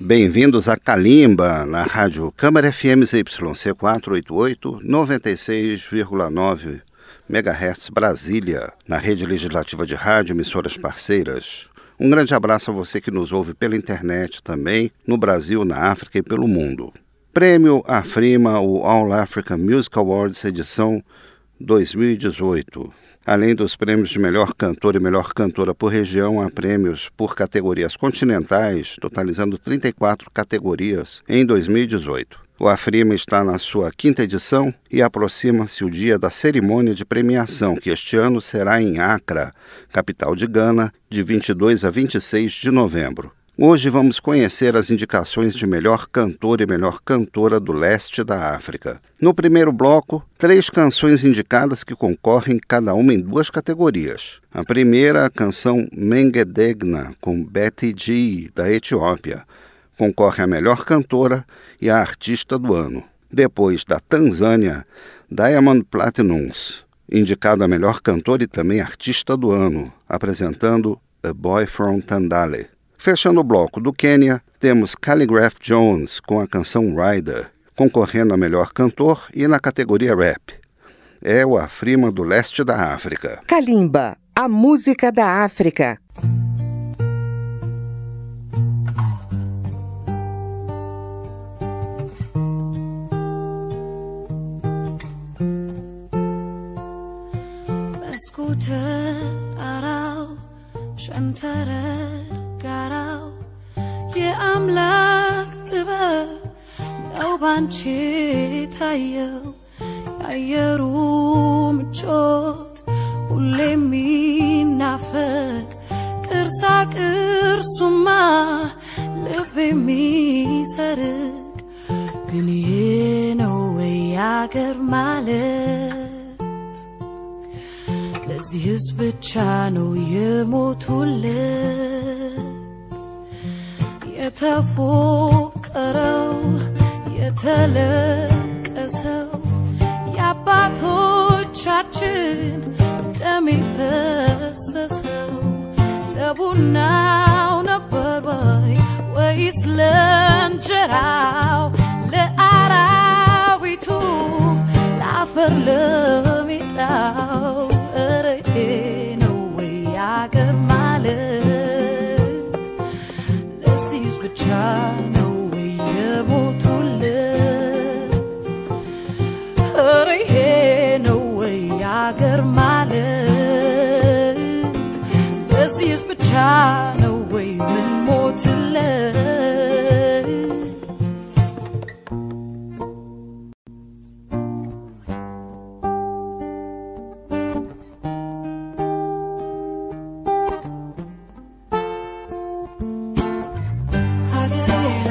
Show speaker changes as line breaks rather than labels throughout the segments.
Bem-vindos a Calimba, na rádio Câmara FM ZYC 488, 96,9 MHz Brasília, na rede legislativa de rádio, emissoras parceiras. Um grande abraço a você que nos ouve pela internet também, no Brasil, na África e pelo mundo. Prêmio Afrima, o All Africa Music Awards, edição 2018. Além dos prêmios de melhor cantor e melhor cantora por região, há prêmios por categorias continentais, totalizando 34 categorias em 2018. O Afrima está na sua quinta edição e aproxima-se o dia da cerimônia de premiação, que este ano será em Accra, capital de Gana, de 22 a 26 de novembro. Hoje vamos conhecer as indicações de melhor cantor e melhor cantora do leste da África. No primeiro bloco, três canções indicadas que concorrem cada uma em duas categorias. A primeira, a canção Mengedegna, com Betty G, da Etiópia, concorre a melhor cantora e a artista do ano. Depois, da Tanzânia, Diamond Platinums, indicada a melhor cantora e também artista do ano, apresentando A Boy From Tandale. Fechando o bloco do Quênia, temos Calligraph Jones com a canção Rider, concorrendo a melhor cantor e na categoria rap. É o Afrima do leste da África.
Kalimba, a música da África.
Escutar arau, shantarar ጋራው የአምላክ ጥበብ ነው ባንቺ ታየው የአየሩ ምቾት ሁሌ የሚናፈቅ ቅርሳ ቅርሱማ ልብ የሚሰርቅ ግን ይሄ ነው ወይ አገር ማለት ለዚህ ህዝብ ብቻ ነው የሞቱልን የተፎቀረው የተለቀሰው የአባቶቻችን ደም የፈሰሰው ለቡናው ነበር ወይ ወይስ ለእንጀራው ለአራዊቱ ለአፈር ለሚጣው እረዬ ነው ወይ አገር ማለት ብቻ ነው የሞቱልን? ኧረ ይሄ ነው ወይ አገር ማለት? በዚህስ ብቻ ነው ወይ ምን ሞትለት?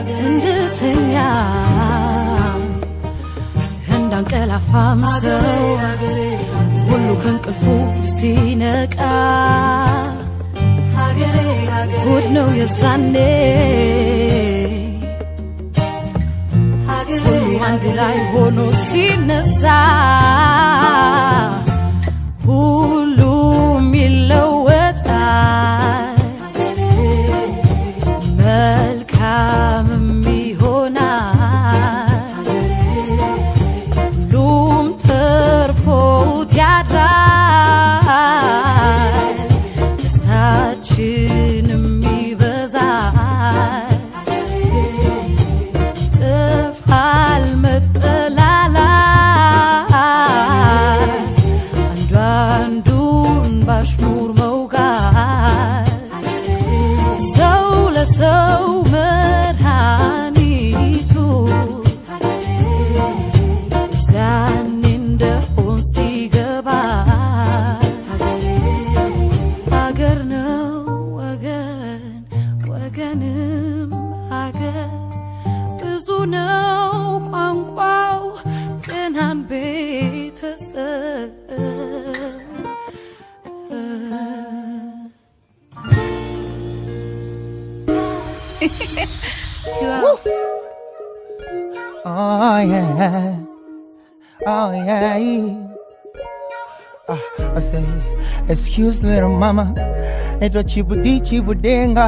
እንድተኛ እንዳንቀላፋም ሰው ሁሉ ከእንቅልፉ ሲነቃ ጉድ ነው የዛኔ ሁሉ አንድ ላይ ሆኖ ሲነሳ ሁሉም ይለወጣል መልካምም ይሆናል ሁሉም ተርፎት ያድራል ደስታችንም ይበዛል ጥፋል መጠላላት አንዱ አንዱን ባሽሙር መውጋት ሰው ለሰው መድኃኒቱ ዛኔ እንደሆን ሲገባ አገር ነው ወገን ወገንም አገር ብዙ ነው ቋንቋው ቅናን ቤተሰብ
Oh yeah. Oh yeah. Ah, I say, excuse little mama. Naitwa Chibudi Chibudenga.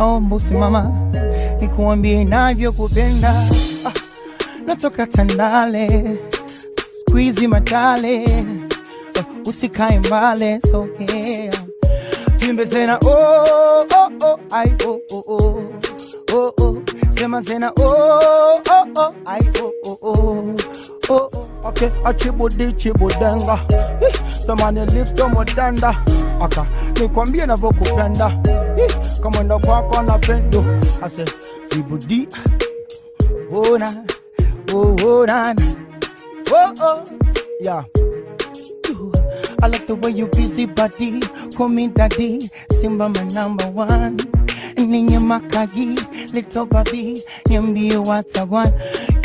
ah. Oh mbusi mama, nikuambie inavyokupenda. Ah, natoka Tandale, squeezy Matale. Oh, usikae mbale, sogea. Tuimbe tena oh oh oh ai oh oh oh. Oh oh, sema tena oh oh oh ai oh oh oh. Oh oh. Okay, achibudi chibudenga Tamani lips kama danda Aka, nikwambie navyokupenda Ih, Kama ndo kwako napendo Ase, chibudi Oh na, oh oh na Oh oh, yeah you. I like the way you busy body. Call me daddy, Simba my number one. Ninye makaji, little baby, niambie watawan.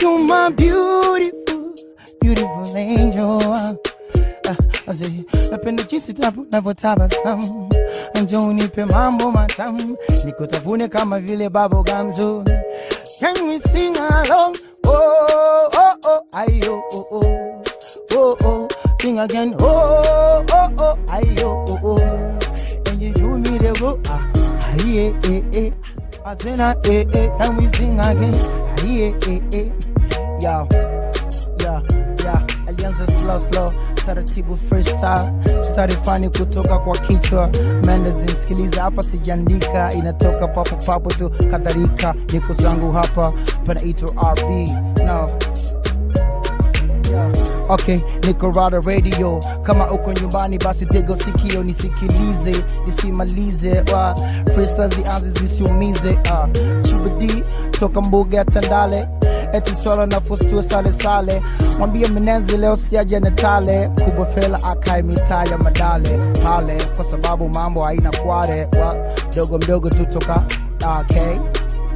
You my beautiful, beautiful angel. Ah, aze, napenda jinsi tabu navyotabasamu, njoo unipe mambo matamu, nikutafune kama vile babo gamzo. Can we sing along? Oh, oh, oh, ay, oh, oh, oh, oh, oh, sing again. Oh, oh, oh, ay, oh, oh, oh, and you do me the go. Ah, ah, yeah, yeah, yeah. I said, ah, eh, eh, can we sing again? Ah, yeah, yeah, yeah. Yeah, yeah, yeah. Alianza slow slow, taratibu freestyle, stari fani kutoka kwa kichwa. Mende zinisikiliza hapa, sijaandika, inatoka papo papo tu, kadhalika niko zangu hapa, panaitwa RB now Okay, niko Rada Radio. Kama uko nyumbani, basi tego sikio nisikilize, nisimalize. wa freestyle zianze zitumize. ah. Chubidi toka mbuga ya Tandale, eti solo na fustue sale sale. Mwambie mnezi leo siaje netale, kubwa fela akae mitaa ya madale pale, kwa sababu mambo haina kware. wa dogo mdogo tu toka Ah, okay.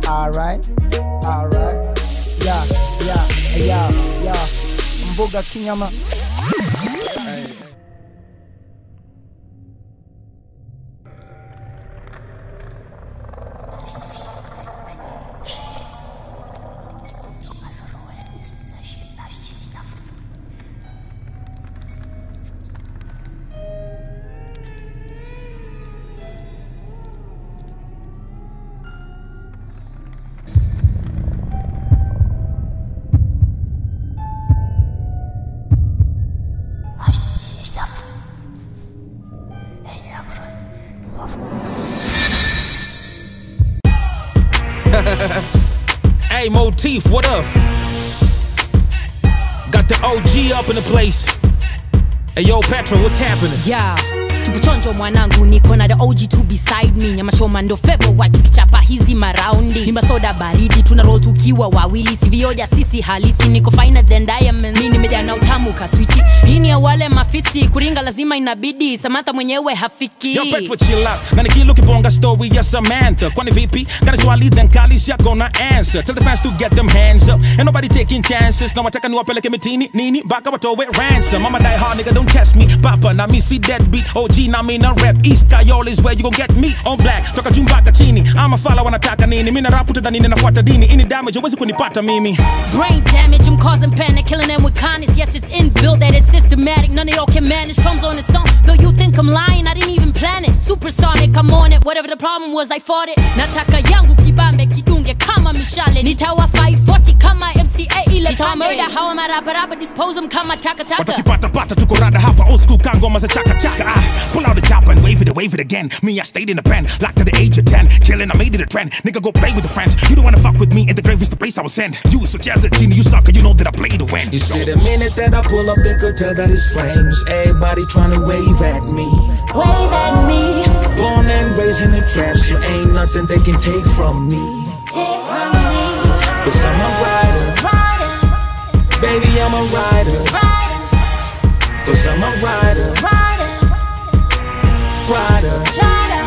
Alright, alright, yeah, yeah, yeah, yeah. Mbuga kinyama.
Hey, Motif, what up? Got the OG up in the place. Hey, yo, Petra, what's happening?
yeah tukuchonjo mwanangu niko na the og to beside me nyamachoma ndo fevo wa tukichapa hizi maraundi nimba soda baridi tuna roll tukiwa wawili sivioja sisi halisi niko finer than diamond mi nimejaa na utamu kaswichi hii ni ya wale mafisi kuringa lazima inabidi samantha mwenyewe hafiki
Yo, Petra, chill out. Na nikilukibonga story ya Samantha. Kwani vipi? Kana swali then kali siya gonna answer. Tell the fans to get them hands up. Ain't nobody taking chances. No, wataka niwapeleke mitini, nini, mpaka watowe ransom. Mama die hard, nigga, don't test me. Papa, na mi si deadbeat. OG, na mi na rap. East Kayole is where you gon' get me. On black, toka jumbaka chini. I'ma follow wanataka nini. Mi na rapu tadhanini, nafuata dini. Any damage, huwezi kunipata mimi.
Brain damage, I'm causing panic, killing them with kindness. Yes, it's inbuilt that it's systematic. None of y'all can manage. Comes on its own. Though you think I'm lying, I didn't even plan it. Supersonic, I'm on it. Whatever the problem was, I fought it. Nataka yangu kibambe kidunge kama mishale. Nitawa 540 kama MCA ile Nitawa murder, how am I rabaraba dispose 'em kama takataka.
watakipatapata tuko rada hapa old school kangoma za chakachaka ah, pull out the chopper and wave it and wave it again me I stayed in the pen locked at the age of 10 killing I made it a trend nigga go play with the friends you don't wanna fuck with me and the grave is the place I was sent you such as a genie you sucker you know that I play to win
You see the minute that I pull up, they could tell that it's flames. Everybody trying to wave at me.
Wave at me.
Born and raised in the trap, so ain't nothing they can take from me.
Take from me.
Cause I'm a rider,
Rider,
baby, I'm a rider.
rider,
Cause I'm a rider,
rider.
rider.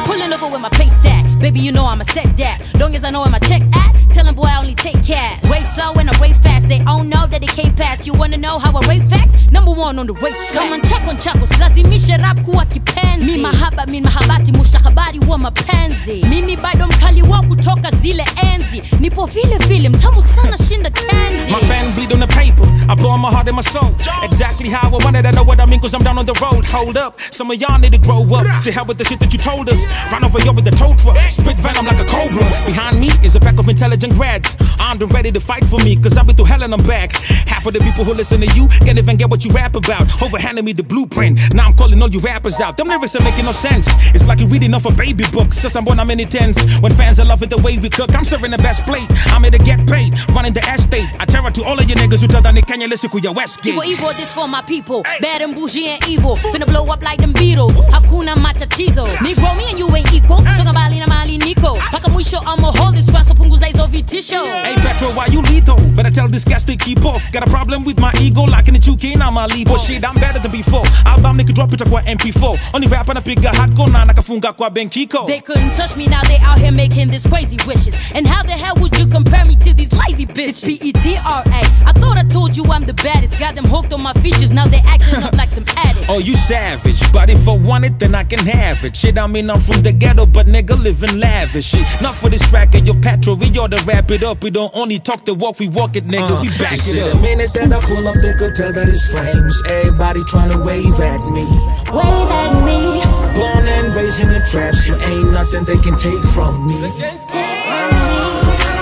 Pulling over with my pace stack. Baby, you know I'm a setback. Long as I know where my check at, tell 'em, boy I only take cash. Wave slow and I rave fast. They all know that they can't pass. You wanna know how I rave facts? Number number one on the racetrack kama nchako nchako silazimishe rap kuwa kipenzi mi mahaba mi mahabati mustakabari wa mapenzi mimi bado mkali wa kutoka zile enzi nipo vile vile mtamu sana shinda candy
My pen bleed on the paper. I pour my heart and my soul. Exactly how I wanted. I know what I mean, cause I'm down on the road. Hold up. Some of y'all need to grow up. To hell with the shit that you told us. Run over you with a tow truck. Spit venom like a cobra. Behind me is a pack of intelligent grads. Armed and ready to fight for me, cause I've been through hell and I'm back. Half of the people who listen to you can't even get what you rap about. Overhanding me the blueprint. Now I'm calling all you rappers out. Them lyrics are making no sense. It's like you're reading off a baby book. Since I'm born, I'm in the tens. When fans are loving the way we cook, I'm serving the best plate. I'm here to get paid. Running the estate. I terror to all of you niggas who tell that Kenya listen to your West Gate.
Evil, evil, this for my people. Bad and bougie and evil. Finna blow up like them Beatles. Hakuna matatizo. Negro, me and you ain't equal. Songa mbali na mali niko. Paka mwisho, I'ma hold this grass. Punguza hizo vitisho.
Hey Petro, why you lethal? Better tell these cats to keep off. Got a problem with my ego, lacking the you can, I'm a leap. But shit, I'm better than before. Album nigga drop it kwa MP4. Only rap and I pick a hardcore na nakafunga kwa Benkiko.
They couldn't touch me, now they out here making these crazy wishes. And how the hell would you compare me to these lazy bitches? It's P-E-T-R-A. I thought I told you I'm the baddest. Got them hooked on my features, now they acting up like some addicts.
Oh, you savage, but if I want it, then I can have it. Shit, I mean, I'm from the ghetto, but nigga living lavish. Shit, not for this track of your patrol, we ought to wrap it up. We don't only talk the walk, we walk it, nigga. we back
See
it
the
up.
minute Uh, that I pull up, they could tell that it's flames. Everybody tryna wave at me.
Wave at me.
Born and raised in the trap, so ain't nothing they can take from me.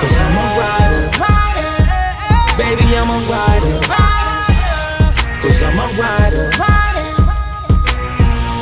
Cause I'm a rider, baby, I'm a rider. Cause I'm a rider,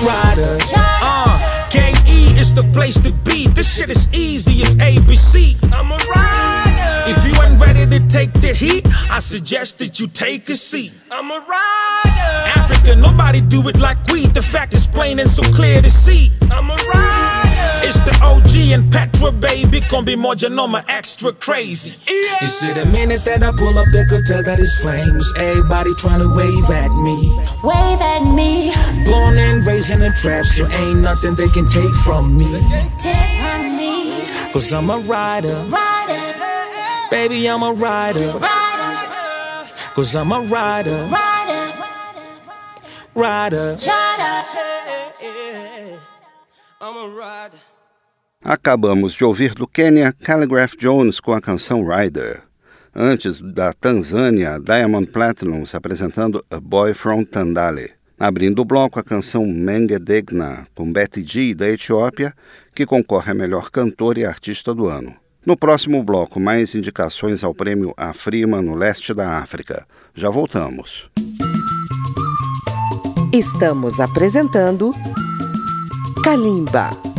rider.
Uh, KE is the place to be. This shit is easy, it's ABC.
I'm a rider,
If you ain't ready to take the heat, I suggest that you take a seat.
I'm a rider,
Africa, nobody do it like we. The fact is plain and so clear to see.
I'm a rider.
It's the OG and Petra, baby. Gonna be more genoma extra crazy.
You see the minute that I pull up, they could tell that it's flames. Everybody tryna wave at me.
Wave at me.
Born and raised in a trap, so ain't nothing they can take from me.
Take on me.
Cause I'm a rider,
Rider.
baby, I'm a rider.
Rider.
Cause I'm a rider,
Rider.
rider.
Rider.
I'm a rider.
Acabamos de ouvir do Quênia Calligraph Jones com a canção Rider. Antes, da Tanzânia, Diamond Platinums apresentando A Boy From Tandale. Abrindo o bloco, a canção Menge Degna, com Betty G, da Etiópia, que concorre a melhor cantora e artista do ano. No próximo bloco, mais indicações ao prêmio Afrima no leste da África. Já voltamos.
Estamos apresentando Kalimba,